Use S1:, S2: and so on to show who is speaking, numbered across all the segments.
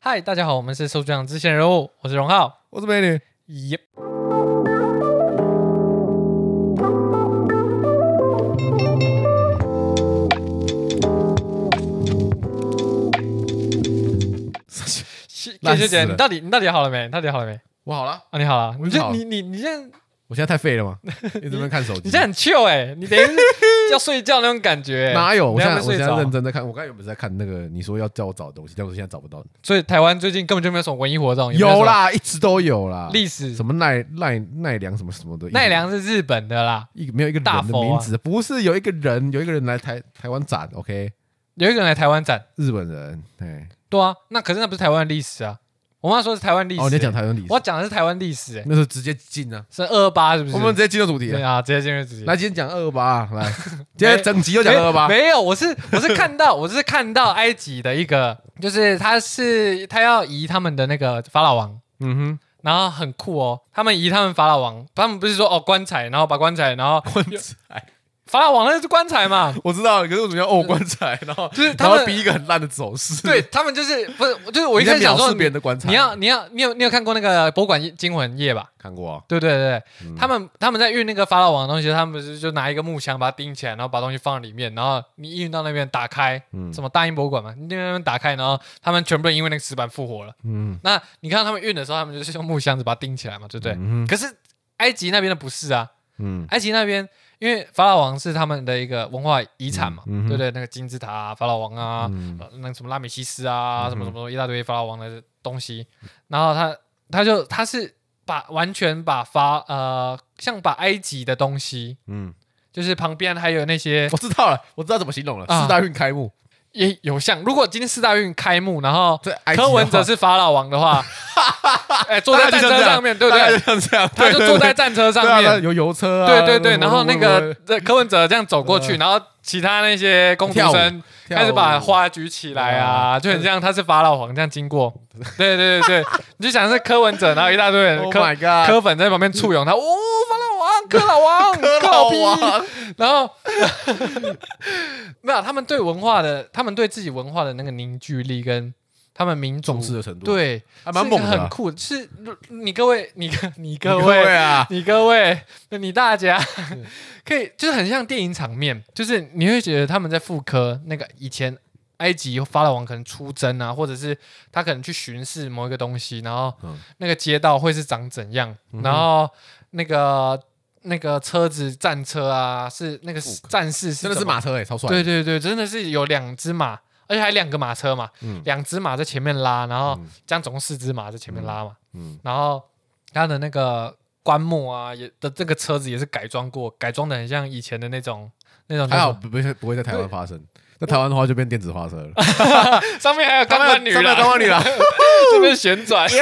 S1: 嗨，大家好，我们是收长支线人物，我是荣浩。
S2: 我是美女。
S1: 耶、
S2: 烂死
S1: 谢姐，
S2: 了
S1: 你到底你到底好了没？你到底好了没？
S2: 我好了，
S1: 啊，你好了，
S2: 我
S1: 你
S2: 已经
S1: 就
S2: 好了
S1: 你你你现在
S2: 我现在太废 了吗？你这边看手机？
S1: 你现在很 chill 哎、你等于 是要睡觉那种感觉、欸。
S2: 哪有？我
S1: 你
S2: 现在
S1: 还
S2: 我
S1: 没睡
S2: 现在
S1: 着
S2: 认真在看，我刚才原本是在看那个你说要叫我找的东西，但我现在找不到。
S1: 所以台湾最近根本就哦没有什么文艺活动，也没
S2: 有
S1: 什么
S2: 啦，一直都有啦。
S1: 历史
S2: 什么奈奈奈良什么什么的，
S1: 奈良是日本的啦，
S2: 一个没有一个
S1: 大
S2: 人的
S1: 佛啊
S2: 名字，不是有一个人，有一个人来台台湾展，OK，
S1: 有一个人来台湾展，
S2: 日本人，哎，
S1: 对啊，那可是那不是台湾历史啊，我妈说是台湾历史、欸
S2: 哦，你在讲台湾历
S1: 我要
S2: 史，
S1: 讲的是台湾历史、欸，
S2: 那时候直接进啊，
S1: 是二八是不是？
S2: 我们直接进入主题
S1: 对
S2: 了。
S1: 啊，直接进入主题。
S2: 来，今天讲二八，啊 来，今天整集都讲
S1: 没
S2: 二八，
S1: 没有，我是我是看到我是看到埃及的一个，就是他是他要移他们的那个法老王，
S2: 嗯
S1: 然后很酷哦，他们移他们法老王，他们不是说哦棺材，然后把棺材，然后
S2: 哼，棺材，
S1: 法老王那是棺材 嘛，
S2: 我知道，可是为什么要 哦棺材，然后
S1: 就是他
S2: 然后
S1: 们
S2: 比一个很烂的手势，
S1: 对他们就是不是就是我一
S2: 你在
S1: 开始想
S2: 藐
S1: 说
S2: 视别人
S1: 你
S2: 的棺材，
S1: 你要你要你有你有看过那个博物馆惊魂夜吧？
S2: 看过啊？
S1: 对对对，
S2: 嗯
S1: 他们他们在运那个法老王的东西，他们不是就拿一个木箱把它钉起来，然后把东西放在里面，然后你一运到那边打开，
S2: 嗯
S1: 什么大英博物馆嘛，你那边打开，然后他们全部人因为那个石板复活了。
S2: 嗯，
S1: 那你看到他们运的时候，他们就是用木箱子把它钉起来嘛，对不对？
S2: 嗯哼
S1: 可是埃及那边的不是啊，
S2: 嗯
S1: 埃及那边因为法老王是他们的一个文化遗产嘛，
S2: 嗯嗯哼
S1: 对不对？那个金字塔、啊、法老王啊，
S2: 嗯
S1: 呃那个什么拉美西斯啊，
S2: 嗯哼
S1: 什么什么一大堆法老王的东西，然后他他就他是把完全把法呃，像把埃及的东西，
S2: 嗯，
S1: 就是旁边还有那些
S2: 我知道了，我知道怎么形容了。
S1: 啊
S2: 四大运开幕，
S1: 也有像，如果今天四大运开幕，然后
S2: 这埃及的
S1: 柯
S2: 话
S1: 文哲是法老王的 话，哎，坐在
S2: 大概
S1: 战
S2: 就
S1: 车
S2: 像这样
S1: 上面，对不
S2: 大概
S1: 对
S2: 就？像这样，
S1: 他就坐在
S2: 对
S1: 战车上
S2: 对啊
S1: 面，
S2: 有油车啊，
S1: 对对
S2: 什
S1: 对，
S2: 么
S1: 然后那个
S2: 什么
S1: 这柯文哲这样走过去，
S2: 嗯
S1: 然后其他那些工读生
S2: 跳舞
S1: 开始把花举起来啊，就很像他是法老皇这样经过。对对对对，你就想是柯文哲，然后一大堆人
S2: Oh
S1: 柯
S2: my god
S1: 柯粉在旁边簇拥他，哦，法老王，柯老 王，柯老
S2: 王
S1: 屁，然后 没有他们对文化的，他们对自己文化的那个凝聚力跟他们民族
S2: 重视的程度，，
S1: 对，
S2: 还蛮
S1: 是一个
S2: 猛的
S1: 很
S2: 啊，
S1: 酷。是你各位，你各你
S2: 各
S1: 各位。
S2: 啊，嗯
S1: 你各位，你大家可以就是很像电影场面，就是你会觉得他们在复刻那个以前埃及法老王可能出征啊，或者是他可能去巡视某一个东西，然后
S2: 嗯
S1: 那个街道会是长怎样，
S2: 嗯哼
S1: 然后那个那个车子战车啊，是那个
S2: 复刻
S1: 战 士是
S2: 真的是
S1: 怎么
S2: 马车哎，超帅，
S1: 对对对，真的是有两只马，而且还两个马车嘛，
S2: 嗯
S1: 两只马在前面拉，然后
S2: 嗯
S1: 这样总共四只马在前面拉嘛，
S2: 嗯
S1: 然后它的那个棺木啊，也的这个车子也是改装过，改装的很像以前的那种那种叫
S2: 还
S1: 什
S2: 好
S1: 么，
S2: 不不不会在台湾发生。在台湾的话就变电子花车 了，
S1: 上面还有钢管女
S2: 上面
S1: 啦，
S2: 有钢管女啦，
S1: 这边旋转，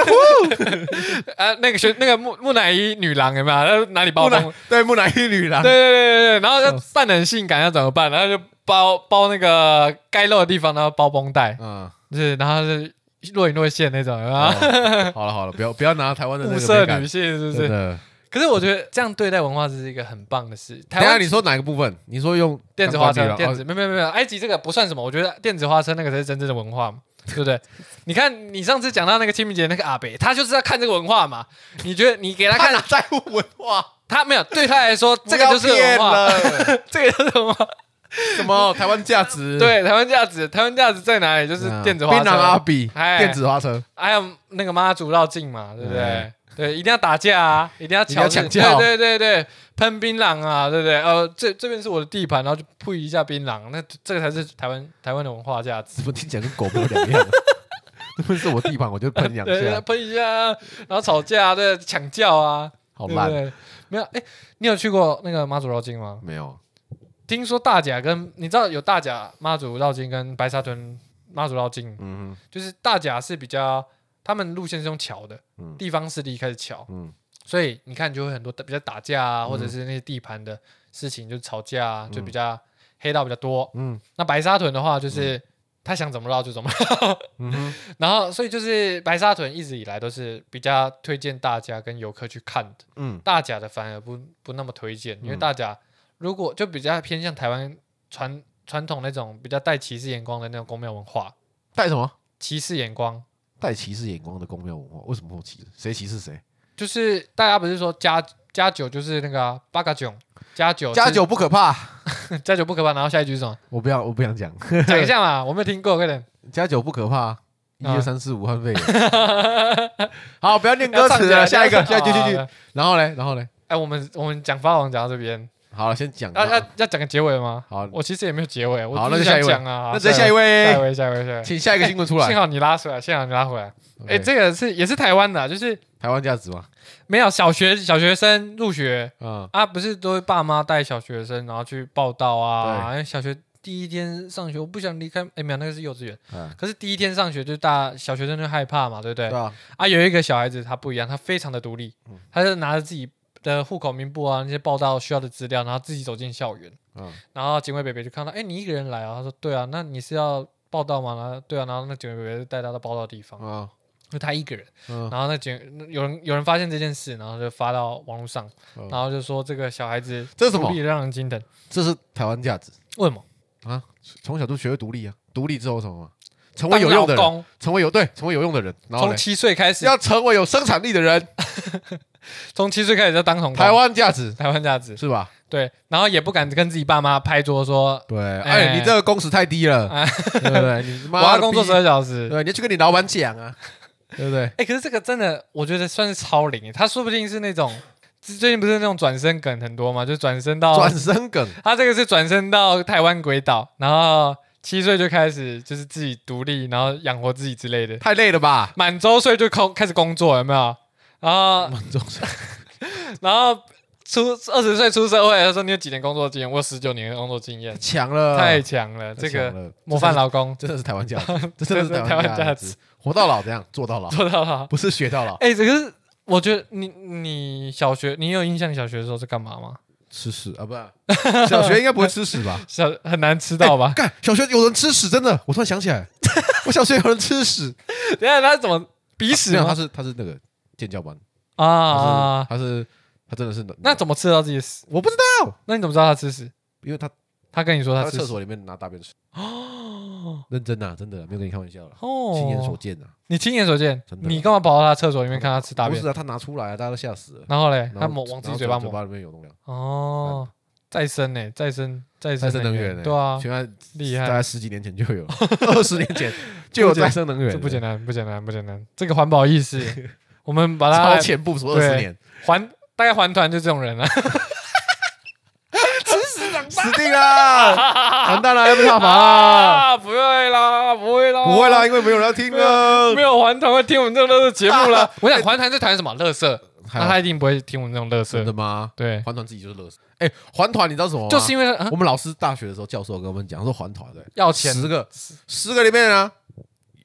S1: 啊，那个旋那个木木乃伊女郎有没有？她哪里包
S2: 木
S1: 东
S2: 乃对木乃伊嗯女郎，
S1: 对对对对对，然后
S2: 笑
S1: 就扮得很性感，要怎么办？然后就包包那个该露的地方，然后包绷带，
S2: 嗯，
S1: 就是然后是若隐若现那种，有没 有？
S2: 哦好了好了，不要不要拿台湾的那
S1: 物
S2: 个
S1: 色
S2: 美感
S1: 女性是不
S2: 真
S1: 是？
S2: 的。
S1: 可是我觉得这样对待文化是一个很棒的事。台
S2: 等一下
S1: 湾
S2: 你说哪个部分？你说哦用
S1: 电子花车、
S2: 钢管女
S1: 电
S2: 郎
S1: 子没有没有没有，埃及这个不算什么，我觉得电子花车那个才是真正的文化嘛，对不 对？你看你上次讲到那个清明节那个阿北，他就是要看这个文化嘛。你觉得你给他
S2: 他
S1: 看
S2: 哪，在乎文化？
S1: 他没有对他来说这个就是
S2: 不要
S1: 文
S2: 骗
S1: 化，
S2: 了，
S1: 这个就是文化。
S2: 什么台湾价值？
S1: 对，台湾价值，台湾价值在哪里？就是
S2: 嗯，
S1: 电子花
S2: 槟榔阿
S1: 车，
S2: 比，
S1: 哎
S2: 电子花车，
S1: 还有那个妈祖绕境嘛，对不对
S2: 哎？
S1: 对，一定要打架啊，一定要
S2: 定要
S1: 抢
S2: 抢架哦
S1: 对对对对，喷槟榔啊，对不对？呃，这这边是我的地盘，然后就扑一下槟榔，那这个才是台湾台湾的文化价值。
S2: 怎么听起来跟狗没有两 样啊？这不是我地盘，我就喷两
S1: 对，
S2: 下，
S1: 喷一下啊，然后吵架啊，对，抢叫啊，
S2: 好
S1: 对不
S2: 烂。
S1: 对？没有，哎，你有去过那个妈祖绕境吗？
S2: 没有，
S1: 听说大甲跟你知道有大甲妈祖绕境跟白沙屯妈祖绕境，
S2: 嗯
S1: 就是大甲是比较他们路线是用桥的，
S2: 嗯
S1: 地方势力开始桥，
S2: 嗯
S1: 所以你看就会很多比较打架啊，或者是那些地盘的事情就吵架啊，就比较黑道比较多。
S2: 嗯
S1: 那白沙屯的话就是。他想怎么绕就 怎么绕，
S2: 嗯哼，
S1: 然后所以就是白沙屯一直以来都是比较推荐大家跟游客去看的，
S2: 嗯
S1: 大甲的反而不不那么推荐，因为
S2: 嗯
S1: 大甲如果就比较偏向台湾传传统那种比较带歧视眼光的那种公庙文化，
S2: 带什么？
S1: 歧视眼光
S2: 带歧视眼光的公庙文化，为什么会有歧视？谁歧视谁？
S1: 就是大家不是说加加酒就是那个啊八嘎囧，加酒
S2: 加酒不可怕，
S1: 是 加酒不可怕，然后下一句是什么？
S2: 我不要，我不想讲。
S1: 讲一下嘛，我没有听过，快点。
S2: 加酒不可
S1: 啊
S2: 怕，啊一二三四五汉 肺炎。好，不要念 歌词
S1: 要唱
S2: 了，
S1: 起
S2: 下
S1: 来
S2: 一个，下一句，
S1: 要唱
S2: 下一
S1: 好
S2: 句
S1: 的。
S2: 然后嘞，然后嘞，
S1: 哎，我们我们讲发王讲到这边，
S2: 好了，先讲。
S1: 要要要讲个结尾吗？
S2: 好，
S1: 我其实也没有结尾，我
S2: 好
S1: 只是
S2: 那就下一
S1: 想
S2: 位
S1: 讲啊。好
S2: 那直接下一
S1: 下一
S2: 位，
S1: 位，下一位，下一位。
S2: 请下一个新闻出来
S1: 幸。好你拉出来，幸好你拉回来。哎，
S2: OK，
S1: 这个是也是台湾的啊，就是
S2: 台湾价值嘛，
S1: 没有小学小学生入学
S2: 嗯，
S1: 啊，不是都会爸妈带小学生然后去报道啊，因为小学。第一天上学，我不想离开。哎，没有，那个是幼稚园。
S2: 嗯
S1: 可是第一天上学，就大小学生就害怕嘛，对不对？
S2: 对啊，
S1: 啊，有一个小孩子他不一样，他非常的独立，
S2: 嗯
S1: 他是拿着自己的户口名簿啊那些报道需要的资料，然后自己走进校园，
S2: 嗯，
S1: 然后警卫北北就看到，哎，你一个人来啊？他说，对啊，那你是要报道吗？然后对啊，然后那警卫北北就带他到报道地方，
S2: 嗯，
S1: 就他一个人，
S2: 嗯，
S1: 然后那警有人有人发现这件事，然后就发到网络上，
S2: 嗯
S1: 然后就说这个小孩子
S2: 这是什么
S1: 独立让人惊腾，
S2: 这是台湾价值
S1: 为什么？
S2: 啊，从小就学会独立啊，独立之后什么嘛，成为有用
S1: 当
S2: 的人，
S1: 老公，
S2: 成为有对，成为有用的人，然后
S1: 从
S2: 嘞，
S1: 七岁开始，
S2: 要成为有生产力的人，
S1: 从七岁开始就当童工
S2: 台湾价值
S1: 台湾价值
S2: 是吧？
S1: 对，然后也不敢跟自己爸妈拍桌说。
S2: 对，
S1: 哎
S2: 哎，你这个工时太低了，
S1: 啊
S2: 对不对？你他
S1: 我
S2: 妈
S1: 要
S2: 的
S1: 工作
S2: 逼
S1: 十二小时，
S2: 对，你去跟你老板讲啊， 对不对？
S1: 哎、可是这个真的，我觉得算是超龄耶。他说不定是那种最最近不是那种转身梗很多嘛，就转身到
S2: 转身梗，
S1: 他这个是转身到台湾鬼岛，然后七岁就开始就是自己独立，然后养活自己之类的。
S2: 太累了 吧？
S1: 满周岁就工开始工作，有没有？然 后
S2: 满周岁，
S1: 然后出二十岁出社会，他说你有几年工作经验？我有十九年的工作经验，
S2: 强了，
S1: 太强了，
S2: 呃太
S1: 这
S2: 强
S1: 个
S2: 了
S1: 模范，老公
S2: 这真的是台湾价 值，这
S1: 这是
S2: 真的是
S1: 台湾
S2: 台湾
S1: 价
S2: 价
S1: 值
S2: 值，活到老这样，做 到老，
S1: 做到了。
S2: 不是学到老，
S1: 哎、这个是我觉得你你小学你有印象你小学的时候是干嘛吗？？
S2: 吃屎 啊，不是，小学应该不会吃屎吧
S1: 小很难吃到吧？
S2: 干，小学有人吃屎，真的，我突然想起 来，我小学有人吃屎，
S1: 等一下他怎么 鼻屎
S2: 没有他
S1: 吗？
S2: 是他是那个建教班，
S1: 啊
S2: 他是他是他真的是
S1: 那怎么吃到自己屎？
S2: 我不知道，
S1: 那你怎么知道他吃屎？
S2: 因为他
S1: 他跟你说
S2: 他
S1: 他
S2: 在
S1: 吃
S2: 厕
S1: 屎
S2: 所里面拿大便吃，
S1: 哦
S2: 认真啊，真的没有跟你开玩笑了，
S1: 哦，
S2: 亲眼所见啊。
S1: 你亲眼所见，
S2: 真的
S1: 你干嘛跑到他厕所里面看他吃大
S2: 不
S1: 便
S2: 是？啊，他拿出来啊，大家都吓死了。
S1: 然后嘞，
S2: 然
S1: 他
S2: 后
S1: 抹
S2: 然
S1: 往自
S2: 后
S1: 己嘴巴
S2: 嘴
S1: 抹
S2: 巴里面有能啊量，
S1: 哦，再生呢？再生再
S2: 再
S1: 生
S2: 生能源欸，
S1: 对啊，
S2: 现在
S1: 厉
S2: 大
S1: 害，
S2: 概十几年前就有 了，二十年前就有再生能源了，
S1: 这不简单，不简单，不简单，这个环保意识， 我们把它
S2: 超前部署二
S1: 对
S2: 十年，
S1: 环大概环团就这种人了，
S2: 死定啦，完蛋了，要被踏 伐啦，
S1: 啊，不会啦，不会啦，
S2: 不会啦，因为没有人要听了
S1: 没，有环团会听我们这种乐色节目 啦。我想环团是谈什么乐色，
S2: 还有
S1: 那他一定不会听我们这种乐
S2: 真的
S1: 色。
S2: 吗？
S1: 对，
S2: 环团自己就是乐死，哎，环团你知道什么吗？
S1: 就是因为他啊
S2: 我们老师大学的时候，教授跟我们讲说环团对，
S1: 要钱，
S2: 十个十个里面呢，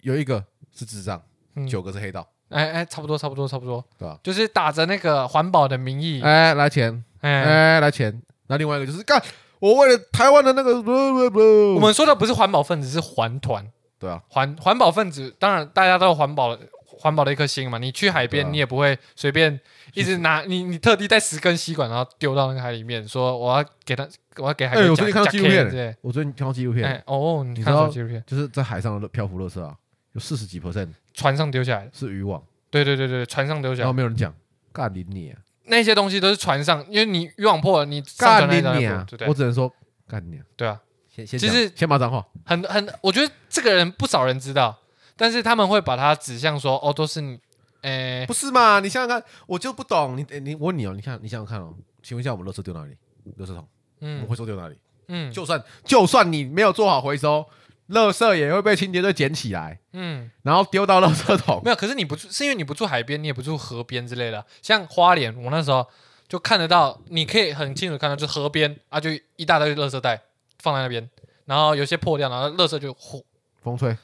S2: 有一个是智障，
S1: 嗯
S2: 九个是黑道，
S1: 哎哎，差不多差不多差不多，
S2: 对吧？
S1: 就是打着那个环保的名义，
S2: 哎，来钱，
S1: 哎，
S2: 哎、来钱。那另外一个就是干，我为了台湾的那个，我
S1: 我们说的不是环保分子，是环团
S2: 对啊，
S1: 环环保分子。当然，大家都有环保环保的一颗心嘛。你去海
S2: 对
S1: 边，
S2: 啊
S1: 你也不会随便一直拿你你特地带十根吸管，然后丢到那个海里面，说我要给他我要给海
S2: 哎
S1: 边
S2: 我
S1: 讲
S2: 最近看到纪录片
S1: 讲 K，
S2: 我最近看到纪录
S1: 对
S2: 片，
S1: 哎哦，你
S2: 你
S1: 看
S2: 知
S1: 到
S2: 道
S1: 纪录片，
S2: 就是在海上的漂浮垃圾啊，有四十几 percent
S1: 船上丢下来的。
S2: 是渔网，
S1: 对对对对，对船上丢下
S2: 然后
S1: 来，
S2: 没有人讲，干你你、啊，
S1: 那些东西都是船上，因为你渔网破了，你上
S2: 干
S1: 船那一
S2: 你
S1: 张
S2: 你、
S1: 也破
S2: 啊
S1: 对不，对
S2: 我？只能说干你、啊。
S1: 对啊，
S2: 先先
S1: 其
S2: 讲，
S1: 实
S2: 先骂脏话，
S1: 很很，我觉得这个人不少人知道，但是他们会把他指向说，哦，都是你，诶、
S2: 不是嘛？你想想看，我就不懂你，哎你我问你哦，你看你想想看哦，请问一下，我们垃圾丢哪里？垃圾桶，我们
S1: 嗯
S2: 回收丢哪里？
S1: 嗯
S2: 就算就算你没有做好回收，垃圾也会被清洁队捡起来，
S1: 嗯，
S2: 然后丢到垃圾桶。
S1: 没有，可是你不住，是因为你不住海边，你也不住河边之类的，像花莲，我那时候就看得到，你可以很清楚看到，就是河边啊，就一大堆垃圾袋放在那边，然后有些破掉，然后垃圾就呼，
S2: 风吹，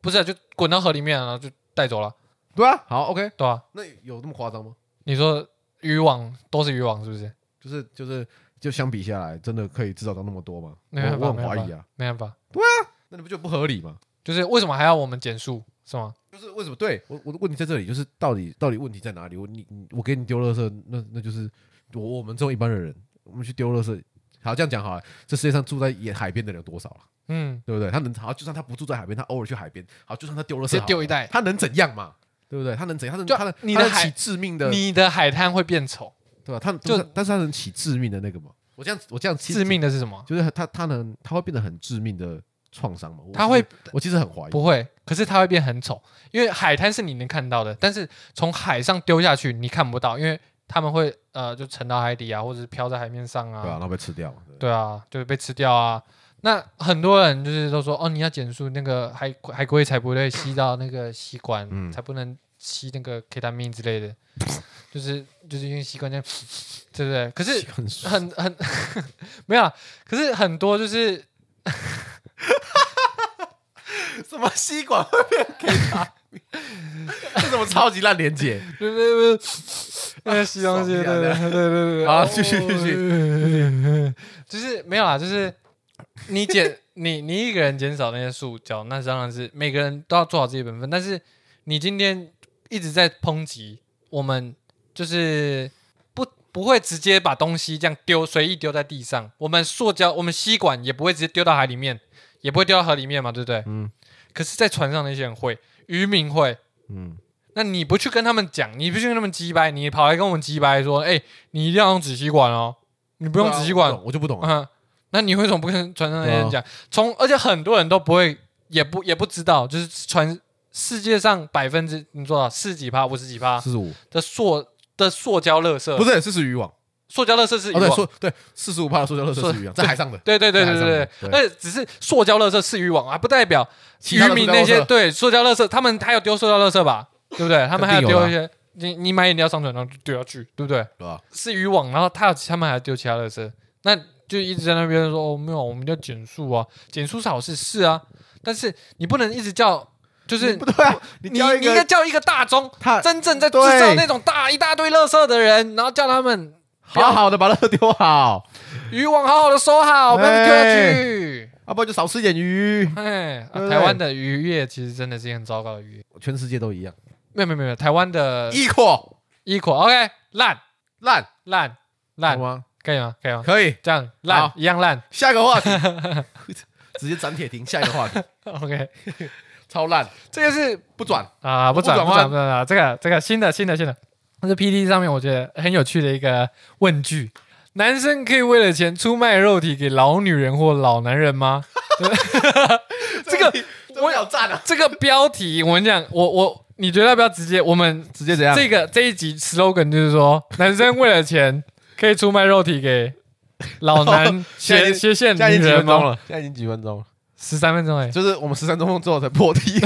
S1: 不是啊、就滚到河里面，然后就带走了，
S2: 对啊，好，OK，
S1: 对啊，
S2: 那有那么夸张吗？
S1: 你说渔网都是渔网是不是？
S2: 就是就是就相比下来，真的可以制造到那么多吗？我
S1: 没办法
S2: 我很怀疑啊，
S1: 没办法，
S2: 那你不就不合理吗？
S1: 就是为什么还要我们减速是吗？
S2: 就是为什么？对我我的问题在这里，就是到底到底问题在哪里？我你你我给你丢垃圾，那那就是我我们这种一般的人，我们去丢垃圾。好，这样讲好了，这世界上住在沿海边的人有多少了？
S1: 嗯，
S2: 对不对？他能好，就算他不住在海边，他偶尔去海边，好，就算他丢了，
S1: 直接丢一袋，
S2: 他能怎样嘛？对不对？他能怎样？他能
S1: 就
S2: 他能
S1: 你
S2: 他
S1: 的
S2: 能
S1: 海
S2: 起致命的，
S1: 你的海滩会变丑。
S2: 对吧？他
S1: 就
S2: 就但是他能起致命的那个嘛？我这样我这样其实
S1: 致，命的是什么？
S2: 就是他他能他会变得很致命的创伤嘛？我
S1: 它会
S2: 其实我其实很怀疑，
S1: 不会，可是它会变很丑，因为海滩是你能看到的，但是从海上丢下去你看不到，因为他们会呃就沉到海底啊，或者是飘在海面上啊
S2: 对吧？啊然后被吃掉嘛？对不对
S1: 对啊，就被吃掉啊。那很多人就是都说，哦，你要减速，那个海龟海龟才不会吸到那个吸管，
S2: 嗯
S1: 才不能吸那个 K 他命之类的，就是就是因为吸管这样， 对不对？可是
S2: 很爽
S1: 很很 没有啊，可是很多就是
S2: 什么吸管会变 K 他？ 这什么超级烂连接？
S1: 对对对，那个西东西，对
S2: 爽
S1: 对
S2: 呀
S1: 对对对对，
S2: 好继续继
S1: 续，就是没有啦，就是你减你你一个人减少那些塑胶，那当然是每个人都要做好自己的本分，但是你今天一直在抨击我们，就是。不不会直接把东西这样丢，随意丢在地上。我们塑胶，我们吸管也不会直接丢到海里面，也不会丢到河里面嘛，对不对？
S2: 嗯
S1: 可是，在船上那些人会，渔民会，
S2: 嗯，
S1: 那你不去跟他们讲，你不去跟他们鸡掰，你跑来跟我们鸡掰说，哎、你一定要用纸吸管哦，你不用纸吸管，
S2: 啊我就不懂了。啊
S1: 嗯，那你为什么不跟船上那些人讲？从而且很多人都不会，也不也不知道，就是船世界上百分之你多少四十几趴、五十几趴
S2: 四十五
S1: 的塑的塑胶垃圾，
S2: 不
S1: 是
S2: 是是是渔网
S1: 塑胶垃圾是
S2: 哦，
S1: 渔
S2: 对，
S1: 网
S2: 说对四十五帕的塑胶垃圾是渔网，在海上的。
S1: 对对对对
S2: 在海
S1: 对对
S2: 上的，对
S1: 而且只是塑胶垃圾是渔网啊，不代表
S2: 其
S1: 渔
S2: 他的
S1: 民
S2: 塑胶
S1: 那
S2: 垃圾
S1: 些对塑胶垃圾，他们还有丢塑胶垃圾吧，对 不对？他们还有
S2: 肯定有
S1: 丢
S2: 的啊
S1: 一些，你你买饮料上船然后就丢下去，对不对？
S2: 对吧？
S1: 是渔网，然后他他们还丢其他垃圾，那就一直在那边说哦没有，我们要减速啊，减速是好事是啊，但是你不能一直叫，就是
S2: 不对啊，
S1: 你
S2: 你叫一
S1: 你应该
S2: 个
S1: 叫一个大钟，
S2: 他
S1: 真正在制
S2: 对
S1: 造那种大一大堆垃圾的人，然后叫他们
S2: 好好的把垃圾丢好，
S1: 渔网好好的收好，不要丢下去。
S2: 要不然就少吃一点鱼。
S1: 哎、啊
S2: 对不对
S1: 台湾的渔业其实真的是一个很糟糕的渔业。
S2: 全世界都一样
S1: 没有没有没有，台湾的
S2: ，equal
S1: equal OK 烂
S2: 烂
S1: 烂
S2: 好
S1: 烂，
S2: 吗？
S1: 可以吗？可以吗？
S2: 可以，
S1: 这样烂
S2: 好
S1: 一样烂
S2: 下一个 话题，直接斩铁停，下一个话题，
S1: OK，
S2: 超烂，
S1: 这个是
S2: 不转。
S1: 啊，不转
S2: 不转
S1: 不
S2: 弯
S1: 转不转啊，这个这个新的新的新的，这是 PT 上面我觉得很有趣的一个问句：男生可以为了钱出卖肉体给老女人或老男人吗？这个
S2: 我有赞啊，
S1: 这个标题我跟你讲，我我你觉得要不要直接我们
S2: 直接怎样？
S1: 这个这一集 slogan 就是说，男生为了钱可以出卖肉体给老男
S2: 现
S1: 斜
S2: 在已经
S1: 斜线
S2: 现在已
S1: 女
S2: 经几
S1: 人
S2: 分钟
S1: 吗？
S2: 了？现在已经几分钟了？
S1: 十三分钟哎，
S2: 就是我们十三分钟之后才 破题。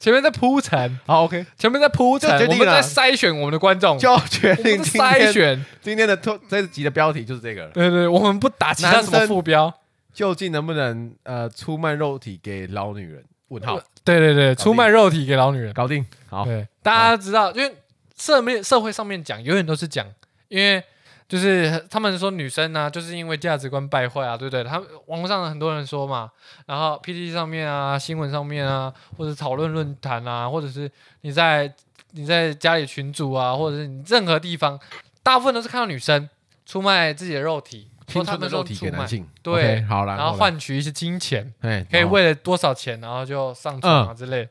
S1: 前面在铺陈，
S2: 好，OK，
S1: 前面在铺陈
S2: 就，决
S1: 我
S2: 定
S1: 们在
S2: 了
S1: 筛选我们的观众，
S2: 就决
S1: 我们
S2: 定
S1: 在
S2: 今
S1: 筛
S2: 天
S1: 选，
S2: 今天的特这集的标题就是这个了。
S1: 对对，我们不打其他什么副标，
S2: 究竟能不能呃出卖肉体给老女人？问号，
S1: 对对对，
S2: 定
S1: 出卖肉体给老女人。
S2: 搞定。好，
S1: 对，大家知道，因为社面社会上面讲，永远都是讲，因为就是他们说女生呢、啊就是因为价值观败坏啊，对不对？他们网络上很多人说嘛，然后 PPT 上面啊、新闻上面啊，或者讨论论坛啊，或者是你在你在家里群组啊，或者是你任何地方，大部分都是看到女生出卖自己的肉体，说
S2: 青
S1: 他
S2: 春的
S1: 们
S2: 肉
S1: 说
S2: 体
S1: 出
S2: 给
S1: 卖
S2: 男，性。
S1: 对
S2: OK，好了，
S1: 然后换取一些金钱。
S2: 哎，
S1: 可以
S2: 好
S1: 为了多少钱，然后就上床啊之类。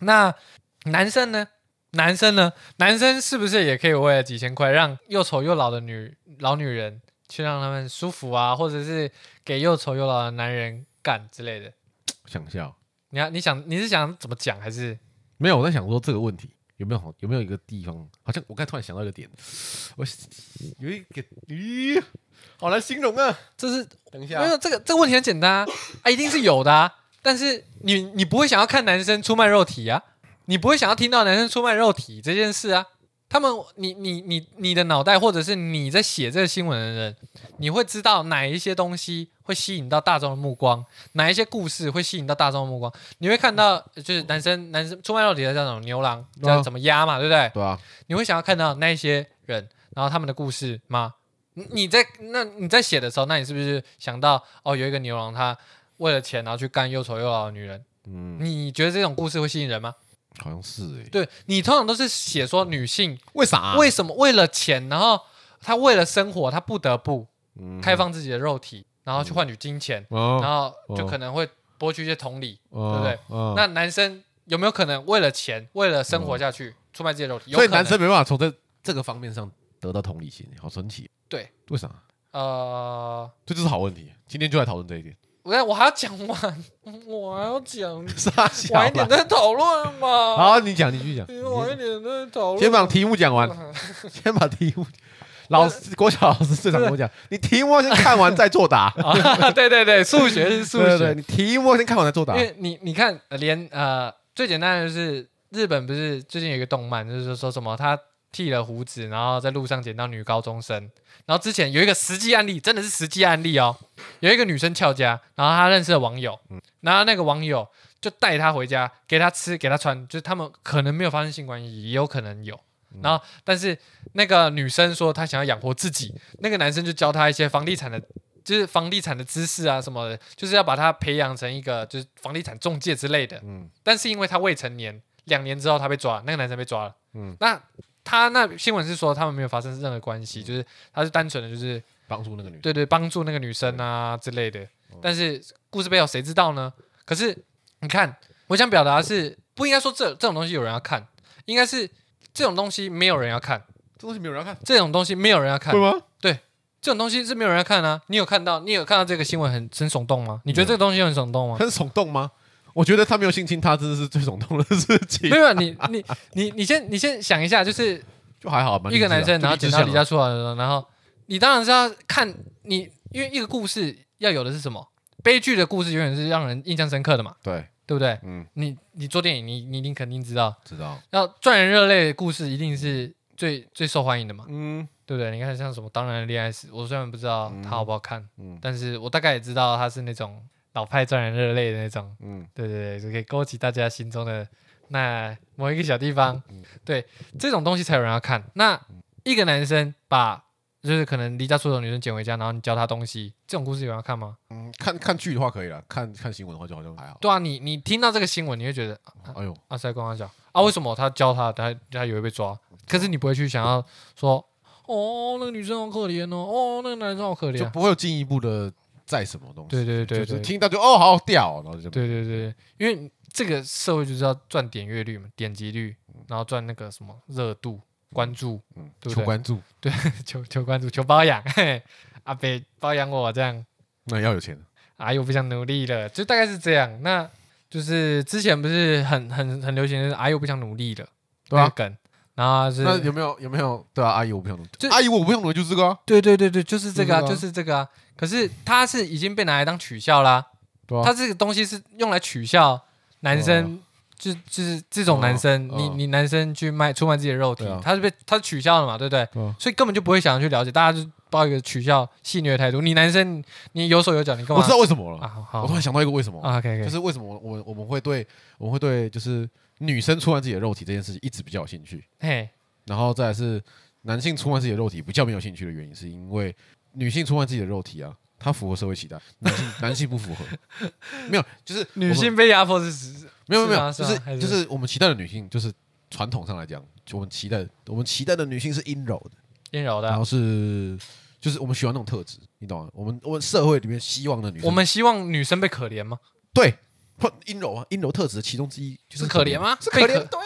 S1: 那男生呢？男生呢？男生是不是也可以为了几千块，让又丑又老的女老女人去让他们舒服啊，或者是给又丑又老的男人干之类的？
S2: 想笑。
S1: 你要你想你是想怎么讲，还是
S2: 没有，我在想说这个问题有没有好有没有一个地方，好像我刚才突然想到一个点，我有一个咦，好难形容啊。
S1: 这是
S2: 等一下
S1: 没，有这个这个问题很简单啊，啊一定是有的啊。但是你你不会想要看男生出卖肉体啊，你不会想要听到男生出卖肉体这件事啊。他们，你你你你的脑袋，或者是你在写这个新闻的人，你会知道哪一些东西会吸引到大众的目光，哪一些故事会吸引到大众的目光。你会看到，就是男生男生出卖肉体的叫什么牛郎，
S2: 对啊
S1: 叫什么鸭嘛，对不对？
S2: 对啊，
S1: 你会想要看到那一些人，然后他们的故事吗？你你在那你在写的时候，那你是不是想到哦，有一个牛郎他为了钱然后去干又丑又老的女人？
S2: 嗯，
S1: 你觉得这种故事会吸引人吗？
S2: 好像是哎，
S1: 对你通常都是写说女性
S2: 为啥啊
S1: 为什么为了钱，然后她为了生活，她不得不
S2: 嗯
S1: 开放自己的肉体，然后去换取金钱，然
S2: 哦，
S1: 后就
S2: 哦
S1: 可能会剥去一些同理。
S2: 对
S1: 对不对？
S2: 嗯
S1: 那男生有没有可能为了钱，为了生活下去，出卖自己的肉体？有
S2: 所
S1: 可
S2: 以
S1: 能
S2: 男生没办法从这这个方面上得到同理心，好神奇。
S1: 对，
S2: 为啥？
S1: 呃，
S2: 这就是好问题。今天就来讨论这 一点。
S1: 我我还要讲完，我还要 讲
S2: 傻笑
S1: 晚一点
S2: 啦。
S1: 再讨论嘛。
S2: 好，你讲，你继续讲。
S1: 你晚一点再讨论。
S2: 先把题目讲完，先把题目。老师，国小老师最常跟 我讲，你题目要先看完再作答。
S1: 啊，对对对，数学 是数
S2: 对对对，
S1: 学，
S2: 你题目要先看完再作答
S1: 因。为你你看，呃连呃最简单的就是日本不是最近有一个动漫，就是说什么他剃了胡子，然后在路上捡到女高中生，然后之前有一个实际案例，真的是实际案例哦，有一个女生翘家，然后她认识了网友，
S2: 嗯
S1: 然后那个网友就带她回家，给她吃，给她穿，就是他们可能没有发生性关系，也有可能有。然后，但是那个女生说她想要养活自己，那个男生就教她一些房地产的，就是房地产的知识啊什么的，就是要把她培养成一个就是房地产中介之类的。
S2: 嗯
S1: 但是因为她未成年，两年之后她被抓，那个男生被抓了。
S2: 嗯，
S1: 那他那新闻是说他们没有发生任何关系，就是他是单纯的就是
S2: 帮助那个女生。
S1: 对对，帮助那个女生啊之类的
S2: 哦。
S1: 但是故事背后谁知道呢？可是你看，我想表达的是，不应该说这这种东西有人要看，应该是这种东西没有人要看，
S2: 这东西没有人要看，
S1: 这种东西没有人要看
S2: 会，吗？
S1: 这种东西是没有人要看啊。你有看到？你有看到这个新闻很很耸动吗？你觉得这个东西很耸动吗？
S2: 很耸动吗？我觉得他没有性侵他，真的是最耸动的事 情
S1: 没。有，啊你你你你先你先想一下，就是
S2: 就还好吧，
S1: 一个啊男生，然后捡到
S2: 到
S1: 离家出走了，然后你当然是要看你，因为一个故事要有的是什么？悲剧的故事永远是让人印象深刻的嘛，
S2: 对，
S1: 对不对？
S2: 嗯，
S1: 你你做电影，你你一定肯定知道，
S2: 知道，
S1: 要赚人热泪的故事一定是最最受欢迎的嘛，
S2: 嗯
S1: 对不对？你看像什么《当然的恋爱史》，我虽然不知道它好不好看，
S2: 嗯
S1: 但是我大概也知道它是那种老派赚人热泪的那种，
S2: 嗯，
S1: 对对对，就可以勾起大家心中的那某一个小地方，对这种东西才有人要看。那一个男生把就是可能离家出走的女生捡回家，然后你教她东西，这种故事有人要看吗？
S2: 嗯，看看剧的话可以了，看看新闻的话就好像还好。
S1: 对啊，你你听到这个新闻，你会觉得啊
S2: 哎呦，
S1: 阿塞跟他讲啊，为什么他教他，他他以为被抓，可是你不会去想要说，哦，那个女生好可怜哦，哦，那个男生好可怜、
S2: 就
S1: 啊，
S2: 不会有进一步的再什么东西。
S1: 对对对
S2: 就是
S1: 对，
S2: 听到就哦，好好屌哦，然后就
S1: 对对对，因为这个社会就是要赚点阅率嘛，点击率，然后赚那个什么热度、关 注，
S2: 嗯，
S1: 对不对
S2: 求关注，
S1: 求求关注、求包养，嘿阿北包养我这样，
S2: 那要有钱，
S1: 哎呦，不想努力了，就大概是这样。那就是之前不是很很很流行的是，哎呦，不想努力了，
S2: 对啊
S1: 那个梗，然后是
S2: 那有没有有没有？对啊，阿姨我不想努力
S1: 就，
S2: 阿姨我不想努力就是这个啊，
S1: 对对对对，就是这个啊，
S2: 就
S1: 就是
S2: 这个啊
S1: 是这个啊。可是他是已经被拿来当取笑啦、
S2: 对啊
S1: 他这个东西是用来取笑男生，就就是这种男生，
S2: 哦
S1: 你
S2: 哦
S1: 你男生去卖出卖自己的肉体，
S2: 对啊
S1: 他是被他取笑了嘛，对不对？
S2: 对啊
S1: 所以根本就不会想要去了解，大家就抱一个取笑戏谑的态度。你男生你有手有脚，你干
S2: 我
S1: 嘛？
S2: 知道为什么了
S1: 啊，。好好
S2: 我突然想到一个为什么，
S1: 啊，OK
S2: 就
S1: OK，
S2: 是为什么我我我们会对我们会对就是女生出卖自己的肉体这件事情一直比较有兴趣。
S1: 嘿，
S2: 然后再来是男性出卖自己的肉体比较没有兴趣的原因，是因为女性出卖自己的肉体啊，它符合社会期待，男性 男性不符合，没有，就是
S1: 女
S2: 我们
S1: 性被压迫是指
S2: 没有没有没有，
S1: 是啊
S2: 就
S1: 吗是吗还
S2: 是
S1: 是
S2: 就是我们期待的女性，就是传统上来讲，就我们期待我们期待的女性是阴柔的，
S1: 阴柔的
S2: 然
S1: 啊。
S2: 后是就是我们喜欢那种特质，你懂吗？我们我们社会里面希望的女性，
S1: 我们希望女生被可怜吗？
S2: 对。或阴柔啊，阴柔特质的其中之一就是
S1: 是可怜吗
S2: 是可
S1: 被可
S2: 怜，对，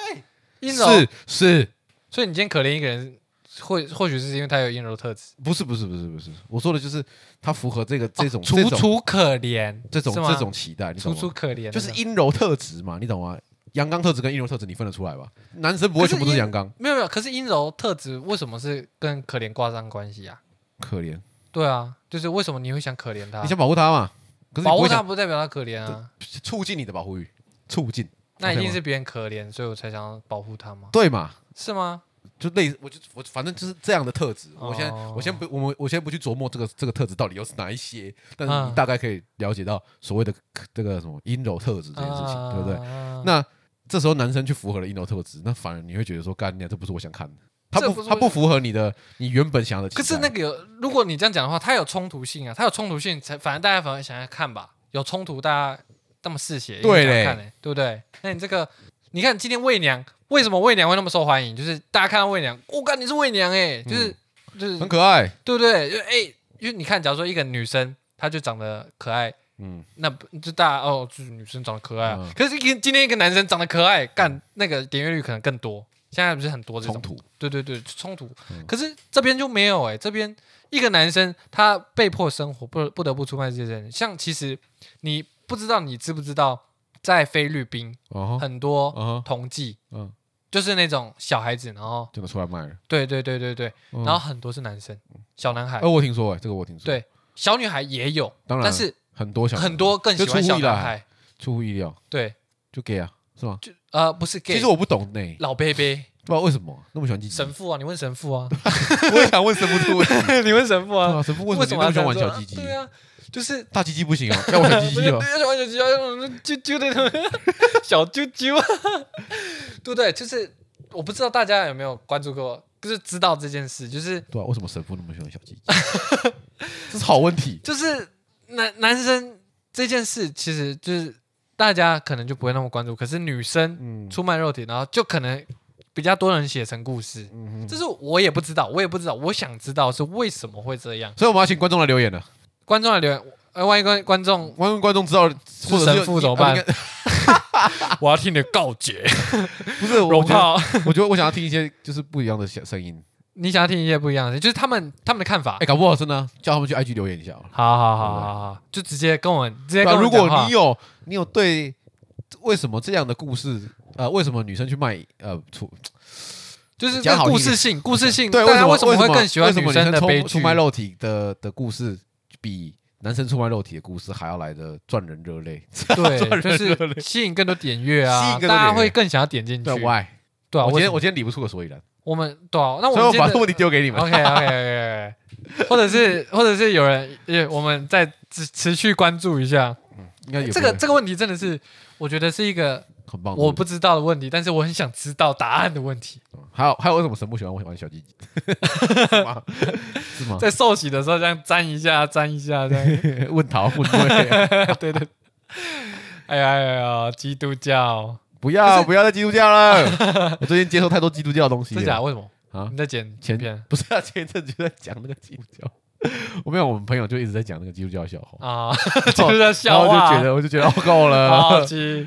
S1: 阴柔，
S2: 是是，
S1: 所以你今天可怜一个人，或或许是因为他有阴柔特质。
S2: 不是不是不是不是，我说的就是它符合这个这种这
S1: 哦楚
S2: 种
S1: 楚可怜，
S2: 这种
S1: 是吗
S2: 这种期待，你懂
S1: 楚楚
S2: 吗？
S1: 可怜，啊
S2: 就是阴柔特质嘛，你懂吗？阳刚特质跟阴柔特质你分得出来吧？男生不会全部都是阳刚，
S1: 没有没有。可是阴柔特质为什么是跟可怜挂上关系啊？
S2: 可怜，
S1: 对啊，就是为什么你会想可怜他
S2: 你？想保护他嘛？可是
S1: 啊
S2: 你
S1: 保护
S2: 不会
S1: 他
S2: 想
S1: 不代表他可怜啊，
S2: 促进你的保护欲，促进
S1: 那
S2: OK
S1: 一定
S2: 吗
S1: 是别人可怜，所以我才想要保护他吗？
S2: 对嘛？
S1: 是吗？
S2: 就类似，我就我反正就是这样的特质。
S1: 哦
S2: 我现在我先不我们我先不去琢磨这个这个特质到底又是哪一些，但是
S1: 嗯
S2: 你大概可以了解到所谓的这个什么阴柔特质这件事情，对不对？
S1: 啊
S2: 那这时候男生去符合了阴柔特质，那反而你会觉得说，干你啊，这不是我想看的，他
S1: 这
S2: 不
S1: 不是
S2: 他
S1: 我
S2: 不符合你的你原本想要的期待。
S1: 可是那个有，如果你这样讲的话，它有冲突性啊，它有冲突性，才反正大家反而想要看吧，有冲突大家这么嗜血，
S2: 对
S1: 一定想
S2: 嘞
S1: 要看嘞、对不对？那你这个，你看今天魏娘为什么魏娘会那么受欢迎？就是大家看到魏娘，我、干你是魏娘哎、就是、就是
S2: 嗯很可爱，
S1: 对不对？就哎、因为你看，假如说一个女生他就长得可爱，
S2: 嗯，
S1: 那不就大家哦，就是女生长得可爱、啊。
S2: 嗯
S1: 可是一个今天一个男生长得可爱，干那个点阅率可能更多。现在不是很多这
S2: 冲
S1: 种，
S2: 突，
S1: 对对对，冲突。
S2: 嗯
S1: 可是这边就没有哎、这边一个男生他被迫生活，不不得不出卖这些人。像其实你不知道，你知不知道，在菲律宾
S2: 哦吼，
S1: 很多
S2: 哦吼，
S1: 同济
S2: 嗯，
S1: 就是那种小孩子，然后
S2: 真的出来卖了，
S1: 对对对对对，
S2: 嗯
S1: 然后，很多是男生，小男孩
S2: 哎，，我听说，哎，这个我听说，
S1: 对，小女孩也有，
S2: 当然
S1: 但是
S2: 很多小
S1: 很多更喜欢
S2: 就出
S1: 小
S2: 乎意料
S1: 男孩，
S2: 出乎意料，
S1: 对，
S2: 就 gay 啊，是吗？
S1: 就呃不是 gay，
S2: 其实我不懂呢，
S1: 老 baby
S2: 不知道为什么那么喜欢鸡鸡，
S1: 神父啊，你问神父 啊，
S2: 我也想问神父这个问题，
S1: 你问神父
S2: 对
S1: 啊，
S2: 啊神父
S1: 为
S2: 为
S1: 什
S2: 什
S1: 么
S2: 么
S1: 要
S2: 你
S1: 这
S2: 那
S1: 样
S2: 么喜
S1: 做
S2: 欢
S1: 啊
S2: 玩小鸡？鸡？
S1: 对啊，就是
S2: 大鸡鸡不行哦，要玩小鸡
S1: 不
S2: 鸡
S1: 是
S2: 哦
S1: 不，是小鸡鸡，啾啾的那种小啾啾啊，对不对？就是我不知道大家有没有关注过，就是知道这件事，就是
S2: 对啊，为什么神父那么喜欢小鸡鸡？这是好问题，
S1: 就是男男生这件事，其实就是大家可能就不会那么关注，可是女生
S2: 嗯，
S1: 出卖肉体，然后就可能比较多人写成故事。
S2: 嗯哼
S1: 这是我也不知道，我也不知道，我想知道是为什么会这样。
S2: 所以我们要请观众来留言了。
S1: 观众的留言，呃，万一观观众，
S2: 万一观众知道，或者是
S1: 神父怎么办
S2: 啊应该
S1: 我要听你的告解，
S2: 不是，我
S1: 荣
S2: 觉得，
S1: 浩，
S2: 我觉得我想要听一些就是不一样的小声音。
S1: 你想要听一些不一样的，就是他们他们的看法
S2: 哎，。搞不好真的啊叫他们去 IG 留言一下好了。
S1: 好好好好好，就直接跟我直接
S2: 对
S1: 跟
S2: 啊，
S1: 我
S2: 如
S1: 讲
S2: 果
S1: 话
S2: 你有你有对为什么这样的故事，呃，为什么女生去卖呃出
S1: 就是
S2: 讲
S1: 这
S2: 好
S1: 故
S2: 一点
S1: 事性，故事性，
S2: 对
S1: 大家
S2: 为
S1: 为
S2: 什
S1: 什
S2: 么
S1: 么会更喜欢
S2: 为什么
S1: 生的
S2: 出
S1: 悲
S2: 出
S1: 剧？
S2: 卖肉体的的故事比男生出卖肉体的故事还要来的赚人热泪？
S1: 对，就
S2: 热
S1: 是吸引更多点阅
S2: 吸
S1: 啊
S2: 引，更多
S1: 大
S2: 点阅
S1: 家会更想要点进去
S2: 对。，why？
S1: 对啊，为
S2: 我今
S1: 什
S2: 天
S1: 么
S2: 我今天理不出个所以然，
S1: 我们对啊，那我
S2: 所以
S1: 们
S2: 我
S1: 今
S2: 把
S1: 天
S2: 这个问题丢给你们。
S1: OK OK OK，或者是或者是有人也我们再持持续关注一下
S2: 应该有哦
S1: 这个这个问题，真的是我觉得是一个
S2: 很棒的问题。
S1: 我不知道的问题，但是我很想知道答案的问题。
S2: 还有还有为什么神不喜欢我玩小 鸡鸡？是吗？是吗？
S1: 在受洗的时候这样沾一下沾一下这样，
S2: 问桃问对，啊
S1: 对对。哎呀哎呀，基督教，
S2: 不
S1: 可
S2: 要
S1: 是
S2: 不要再基督教了。 我最近接受太多基督教的东西
S1: 真假的？
S2: 了
S1: 为什么？
S2: 啊
S1: 你！在剪
S2: 前
S1: 片
S2: 不是啊，前一阵子就在讲那个基督教，我没有，我们朋友就一直在讲那个基督教的笑话，
S1: 啊？ 就是在
S2: 哦然
S1: 笑
S2: 后我就
S1: 话，啊
S2: 觉得我就觉得哦够
S1: 好
S2: 了，
S1: 奇。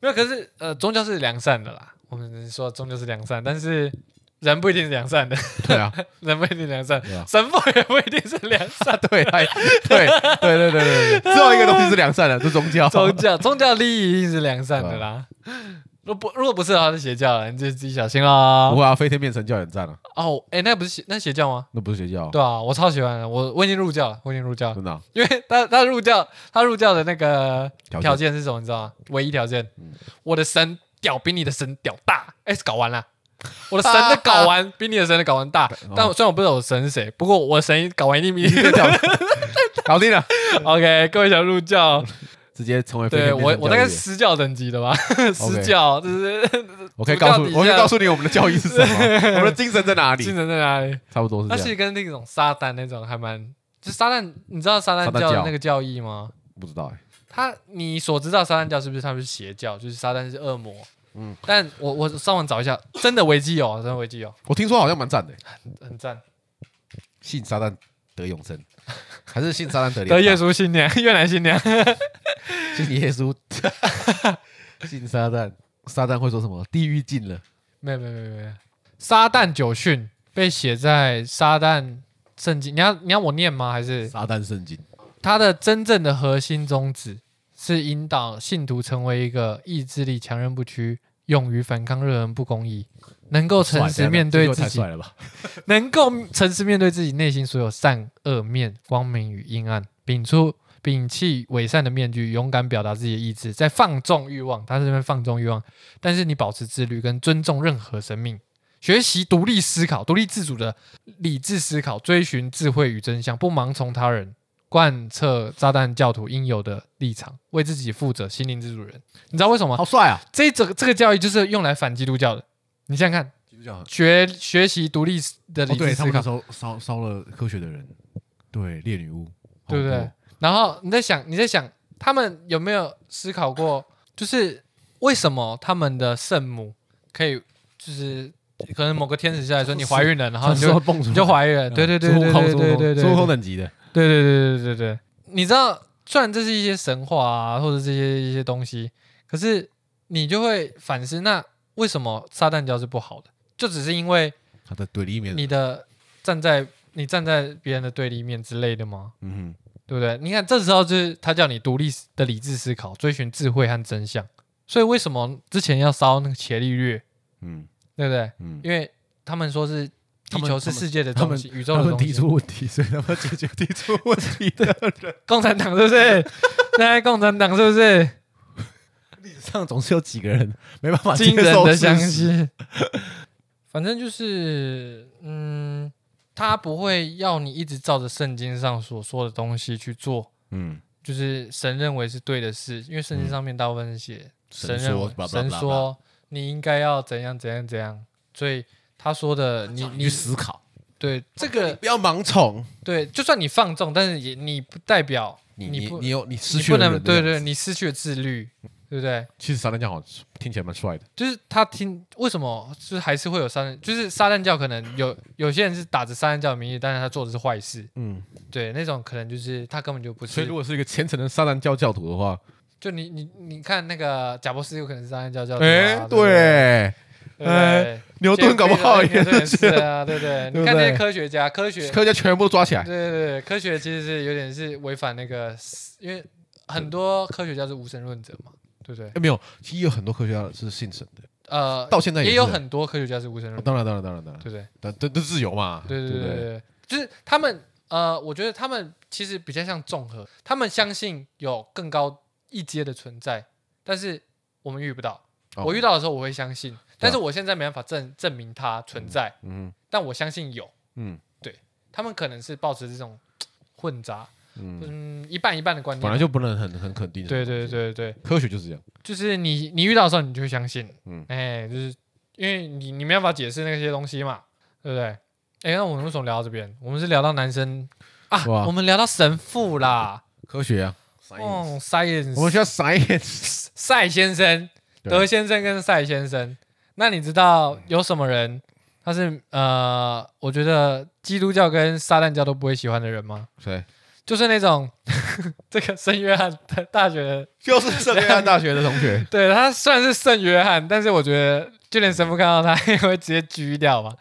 S1: 没有，可是呃，宗教是良善的啦。我们说宗教是良善，但是人不一定是良善的。
S2: 对啊，
S1: 人不一定良善
S2: 对啊，。
S1: 神父也不一定是良善
S2: 对，哎对，对对对对对，最后一个东西是良善的，是宗教。
S1: 宗教宗教利益一定是良善的啦。
S2: 啊
S1: 如果不如果不是的话，是邪教了，你就自己小心啦
S2: 不。会啊，飞天变成教很赞啊，
S1: 哦，哎，那不是邪那邪教吗？
S2: 那不是邪教，
S1: 对啊，我超喜欢的，我我已经入教了，我已经入教了，
S2: 真的啊
S1: 因为他他入教他入教的那个
S2: 条
S1: 条
S2: 件
S1: 件是什么？你知道吗？唯一条件
S2: 嗯，
S1: 我的神屌比你的神屌大。哎，搞完了，我的神的睾丸比你的神的睾丸大。
S2: 哦
S1: 但我虽然我不知道我神是谁，不过我的神睾丸一定比你 的屌。
S2: 搞定了，
S1: OK，各位想入 教，
S2: 直接成为飞
S1: 对
S2: 天
S1: 我
S2: 变成
S1: 我
S2: 教
S1: 大
S2: 育
S1: 概
S2: 了
S1: 是私教等级的吧，私教就是
S2: 我可以
S1: 主教
S2: 告诉，
S1: 底
S2: 我可以
S1: 下
S2: 告诉你我们的教义是什么，我们的精神在哪里
S1: 精，神在哪里？
S2: 差不多是
S1: 它
S2: 这
S1: 其
S2: 样。
S1: 实跟那种撒旦那种还蛮，就撒旦，你知道撒旦
S2: 撒旦
S1: 教的
S2: 教
S1: 那个教义吗？
S2: 不知道哎，
S1: 他你所知道撒旦教是不是他们是邪教？就是撒旦是恶魔。嗯
S2: 嗯，
S1: 但我我上网找一下，真的维基有，真的维基有，
S2: 我听说好像蛮赞的，
S1: 很赞。
S2: 信撒旦得永生，还是信撒旦得
S1: 得耶
S2: 怜
S1: 稣新娘，越南新娘，
S2: 悯， 信耶稣，信撒旦，撒旦会说什么？地狱进了，
S1: 没有没有没有没有，撒旦九训被写在撒旦圣经，你要你要我念吗？还是
S2: 撒旦圣经，
S1: 它的真正的核心宗旨是引导信徒成为一个意志力强韧不屈、勇于反抗任何不公义、能够
S2: 帅
S1: 诚
S2: 等一
S1: 实
S2: 下
S1: 面对
S2: 这句话
S1: 自
S2: 太
S1: 己
S2: 帅、了吧？
S1: 能够诚实面对自己内心所有善恶面、光明与阴暗，摒出摒弃伪善的面具，勇敢表达自己的意志，在放纵欲望，他这边放纵欲望，但是你保持自律跟尊重任何生命，学习独立思考、独立自主的理智思考，追寻智慧与真相，不盲从他人。贯彻炸弹教徒应有的立场，为自己负责，心灵自主人。你知道为什么吗？
S2: 好帅啊！
S1: 这这个这个教育就是用来反基督教的。你想想看，
S2: 基督教很
S1: 学学习独立的
S2: 哦，
S1: 理
S2: 对
S1: 智
S2: 他
S1: 思
S2: 们
S1: 考
S2: 那，时候烧烧了科学的人，对猎女巫，
S1: 对不对？？然后你在想，你在想，他们有没有思考过，就是为什么他们的圣母可以，就是可能某个天使下来说你怀孕了，然后
S2: 传
S1: 你
S2: 说嗯
S1: 就
S2: 蹦出来
S1: 你就怀孕了，对对对
S2: 孙
S1: 对对
S2: 悟空
S1: 对对
S2: 孙悟
S1: 对
S2: 空
S1: 对对
S2: 孙悟空
S1: 对
S2: 等级的，
S1: 对对对，你知道，虽然这是一些神话啊，或者这些一些东西，可是你就会反思，那为什么撒旦教是不好的？就只是因为
S2: 他的对立面，
S1: 你的站在你站在别人的对立面之类的吗？
S2: 嗯
S1: 对不对？你看，这时候就是他叫你独立的理智思考，追寻智慧和真相。所以为什么之前要烧那个伽利略，
S2: 哼嗯
S1: 对不对？
S2: 嗯，
S1: 因为他们说是
S2: 他
S1: 地
S2: 们
S1: 球是世界的
S2: 他
S1: 东
S2: 们
S1: 西，宇宙
S2: 他
S1: 的
S2: 们
S1: 东
S2: 提
S1: 西。
S2: 出问题，所以他们解决提出问题的人，
S1: 共产党是不是？ 现在共产党是不 是？
S2: 历史上总是有几个人没办法
S1: 惊
S2: 啊接
S1: 人
S2: 受
S1: 的
S2: 事
S1: 相
S2: 实，
S1: 信。反正就是，嗯，他不会要你一直照着圣经上所说的东西去做，
S2: 嗯，
S1: 就是神认为是对的事，因为圣经上面大部分是写神
S2: 神
S1: 认为
S2: 说，blah blah blah
S1: 神说你应该要怎样怎样怎样，所以他说的你
S2: 你
S1: 你
S2: 去思考，
S1: 对这个
S2: 不要盲从，
S1: 对，就算你放纵，但是也你不代表
S2: 你你
S1: 不
S2: 你有你失
S1: 你
S2: 去
S1: 不
S2: 了
S1: 能
S2: 人的
S1: 对
S2: 样
S1: 对，
S2: 子，
S1: 你失去了自律，对不对？
S2: 其实撒旦教好像听起来蛮帅的，
S1: 就是他听为什么就是还是会有撒旦，就是撒旦教可能有有些人是打着撒旦教的名义，但是他做的是坏事，
S2: 嗯，
S1: 对那种可能就是他根本就不
S2: 所以
S1: 是
S2: 如。果是一个虔诚的撒旦教教徒的话，
S1: 就你你你看那个贾博士有可能是撒旦教教徒啊，
S2: 哎、
S1: 对不啊对，对
S2: 对，
S1: 不对
S2: 牛顿搞不好也
S1: 杰克贝尔牛顿
S2: 是
S1: 是啊，对不对？你
S2: 对不对
S1: 看那些科学家，科学
S2: 科学家全部都抓起
S1: 对
S2: 来，
S1: 对对，科学其实是有点是违反那个，因为很多科学家是无神论者嘛，对不对？
S2: 哎，没有，其实也有很多科学家是信神的，
S1: 呃，
S2: 到现在
S1: 也
S2: 是
S1: 有、很多科学家是无神
S2: 哦
S1: 论者，
S2: 当然当然当然当然
S1: 对，不对？
S2: 但这这自由嘛，
S1: 对对
S2: 对
S1: 对
S2: 不
S1: 对，对，就是他们呃，我觉得他们其实比较像综合，他们相信有更高一阶的存在，但是我们遇不到。
S2: 哦啊
S1: 我遇到的时候我会相信，但是我现在没办法证证明它存在，
S2: 嗯
S1: 但我相信有。
S2: 嗯
S1: 他们可能是抱持这种混杂，
S2: 嗯，
S1: 嗯，一半一半的观
S2: 本来
S1: 念。
S2: 就不能很很肯定，
S1: 对对，对对，
S2: 科学就是这样，
S1: 就是你你遇到的时候你就会相信，
S2: 嗯
S1: 哎，就是因为你你没办法解释那些东西嘛，对不对？哎，那我们为什么聊到这边？我们是聊到男生啊，
S2: 哇
S1: 我们聊到神父啦，
S2: 科学啊，
S1: 哦，science，
S2: 我们需要 science，
S1: 赛先生、
S2: 对嗯
S1: 德先生跟赛先生。那你知道有什么人他是呃，我觉得基督教跟撒旦教都不会喜欢的人吗？
S2: 谁？
S1: 就是那种 这个圣约翰大学的，
S2: 就是圣约翰大学的同学
S1: 对他虽然是圣约翰，但是我觉得就连神父看到他也会直接狙掉嘛。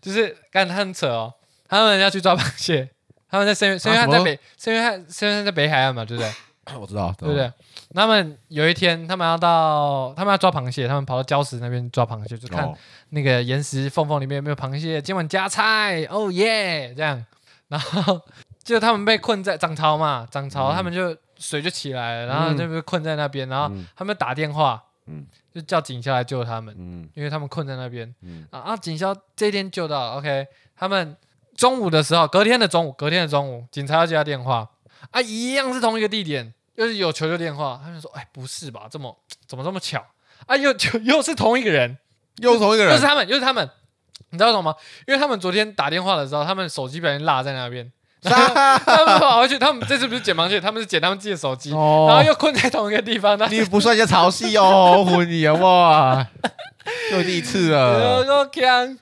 S1: 就是干他很扯哦，他们要去抓螃蟹，他们在圣约圣约翰
S2: 啊什么
S1: 在北圣约翰圣约翰在北海岸嘛，对不对？
S2: 我知道，
S1: 对不对？那他们有一天，他们要到他们要抓螃蟹，他们跑到礁石那边抓螃蟹，就
S2: 知
S1: 看
S2: 道？哦，
S1: 那个岩石缝缝里面有没有螃蟹，今晚加菜，哦耶，这样，然后就他们被困在涨潮嘛，涨潮，
S2: 嗯
S1: 他们就水就起来了，然后
S2: 嗯
S1: 就被困在那边，然后
S2: 嗯
S1: 他们打电话，
S2: 嗯
S1: 就叫警校来救他们，
S2: 嗯
S1: 因为他们困在那边
S2: 嗯
S1: 啊啊，警校这一天救到了，OK，他们中午的时候，隔天的中午，隔天的中午，警察要接他电话啊，一样是同一个地点，又是有求救电话，他们说，哎，不是吧，这么怎么这么巧啊，又就又是同一个人。
S2: 又是同一个
S1: 又是
S2: 人，
S1: 他们，又是他们，你知道为什么吗？因为他们昨天打电话的时候，他们手机不小心落在那 边，然后他们跑回去，他们这次不是捡螃蟹，他们是捡他们自己的手机，然后
S2: 哦，
S1: 又困在同一个地 方，那
S2: 你不算一些潮汐哦，混你啊 哇，又第一次
S1: 有
S2: 了，
S1: 够强。啊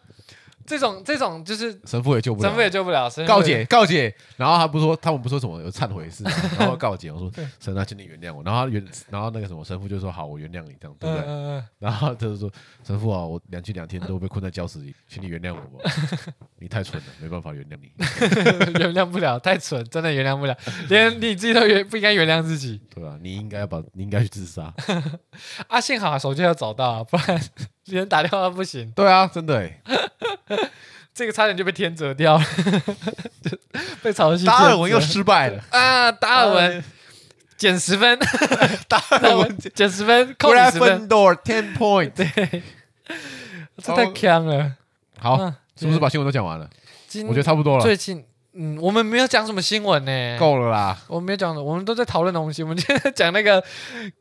S1: 这种这种就是
S2: 神父也救不了
S1: 神父，也救不了，神父
S2: 告解告解，然后他不是说他们不是说什么有忏悔事啊， 然后告解，我说神啊，请你原谅我，然后他原然后那个什么神父就说好，我原谅你这样，
S1: 嗯，
S2: 对不
S1: 嗯
S2: 对？
S1: 嗯
S2: 然后他就说神父啊，我连续两天都被困在教室里，请你原谅我吧，你太蠢了，没办法原谅你。
S1: 嗯原谅不了，太蠢，真的原谅不 了，连你自己都原不应该原谅自己
S2: 对吧、你应该要把你应该去自杀。
S1: 啊！幸好手机要找到，啊 不然连打电话都不行。
S2: 对啊，真的欸。
S1: 这个差点就被天折掉了， 就被潮汐。
S2: 达尔文又失败了，
S1: 啊，达尔文减十 分，
S2: 达尔文
S1: 减十分，扣你十分，
S2: Gryffindor ten point。
S1: 这太强了。
S2: 好，
S1: 啊
S2: 是不是把新闻都讲完了？
S1: 今
S2: 我觉得差不多了，
S1: 最近，嗯，我们没有讲什么新闻呢，
S2: 够了啦。
S1: 我们没有讲的，我们都在讨论东西。我们今天在讲那个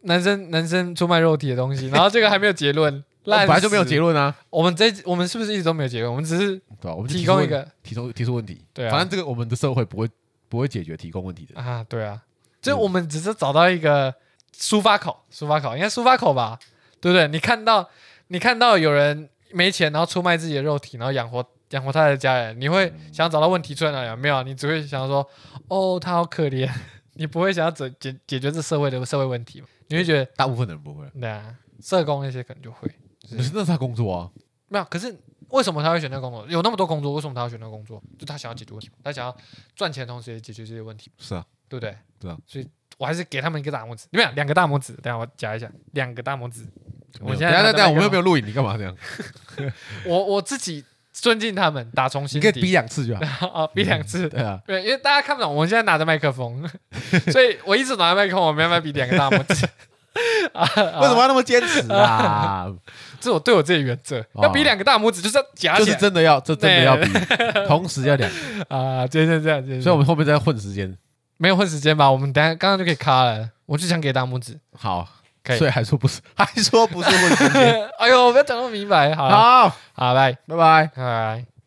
S1: 男生男生出卖肉体的东西，然后这个还没有结 论，
S2: 我
S1: 烂
S2: 哦本来就没有
S1: 死
S2: 结。论啊，
S1: 我们这我们是不是一直都没有结论？我们只是
S2: 对吧、我们就
S1: 提
S2: 出
S1: 供一
S2: 问
S1: 个
S2: 提出提出问题，
S1: 对啊
S2: 反正这个我们的社会不会不会解决提供问题的，
S1: 啊，对啊，就我们只是找到一个抒发口，抒发口应该抒发口吧，对不对？你看到你看到有人没钱，然后出卖自己的肉体，然后养活养活他的家人，你会想找到问题出在哪里吗？没有啊，你只会想说，哦，他好可怜， 你不会想要解解解决这社会的社会问题吗？你会觉得，
S2: 大部分人不会，
S1: 对啊，社工那些可能就会
S2: 可是那是他工作啊。
S1: 没有。可是为什么他会选那个工作？有那么多工作，为什么他要选那个工作？就他想要解决问题，他想要赚钱，同时也解决这些问题，
S2: 是啊，
S1: 对不对？
S2: 对啊。
S1: 所以我还是给他们一个大拇指，没有两个大拇指。等一下我夹一下，两个大拇指。我
S2: 没有
S1: 现在
S2: 等一下
S1: 还在
S2: 等一下，我们
S1: 干嘛
S2: 又没有录影，你干嘛这样？
S1: 我我自己尊敬他们，打从
S2: 你
S1: 心
S2: 可以比
S1: 底。
S2: 两次就好。
S1: 啊，比两次。
S2: 对啊，
S1: 对，因为大家看不懂，我们现在拿着麦克风， 所以我一直拿着麦克风，我没办法比两个大拇指。 啊，啊
S2: 为什么要那么坚持 啊？
S1: 这是我对我自己的原则，
S2: 哦
S1: 要比两个大拇指就是要夹
S2: 这
S1: 起
S2: 是
S1: 来
S2: 真的要，这真的要比， 同时要两个。
S1: 啊！今天就这样，今天就这样
S2: 所以我们后面再混时间。
S1: 没有混时间吧？我们等一下刚刚就可以卡了，我就想给大拇 指。
S2: 好，
S1: 可以
S2: 所以还说不是，还说不是混时间。
S1: 哎呦，不要讲那么明白，好啦
S2: 好，
S1: 好，拜
S2: 拜拜。
S1: 拜拜。